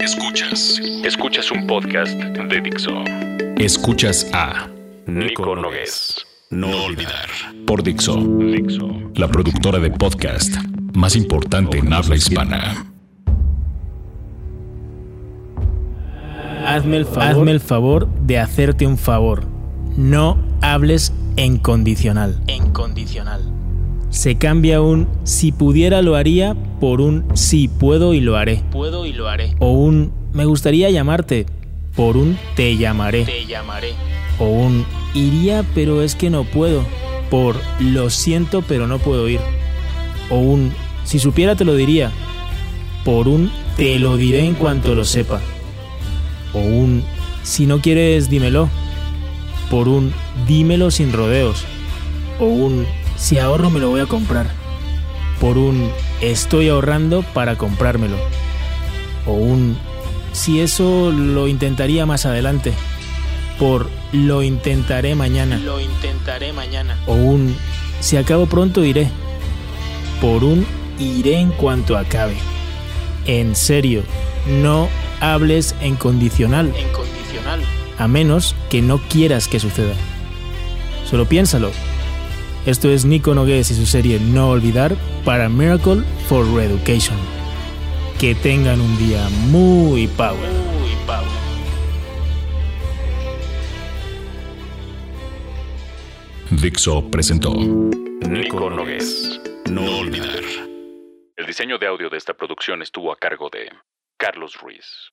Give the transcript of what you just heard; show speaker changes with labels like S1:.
S1: Escuchas. Escuchas un podcast de Dixo. Escuchas a Nico Nogués. No olvidar. Por Dixo. Dixo. La productora de podcast más importante en habla hispana.
S2: Hazme el, favor. Hazme el favor de hacerte un favor. No hables en condicional. En condicional. Se cambia un si pudiera lo haría por un sí puedo y lo haré. Puedo y lo haré. O un me gustaría llamarte por un te llamaré. Te llamaré. O un iría pero es que no puedo por lo siento pero no puedo ir. O un si supiera te lo diría por un te lo diré en cuanto lo sepa. O un si no quieres dímelo por un dímelo sin rodeos. O un si ahorro me lo voy a comprar. Por un estoy ahorrando para comprármelo. O un si eso lo intentaría más adelante. Por lo intentaré mañana. Lo intentaré mañana. O un si acabo pronto iré. Por un iré en cuanto acabe. En serio, no hables en condicional. En condicional. A menos que no quieras que suceda. Solo piénsalo. Esto es Nico Nogués y su serie No Olvidar para Miracle for Reeducation. Que tengan un día muy power. Muy power.
S1: Dixo presentó Nico Nogués. No olvidar.
S3: El diseño de audio de esta producción estuvo a cargo de Carlos Ruiz.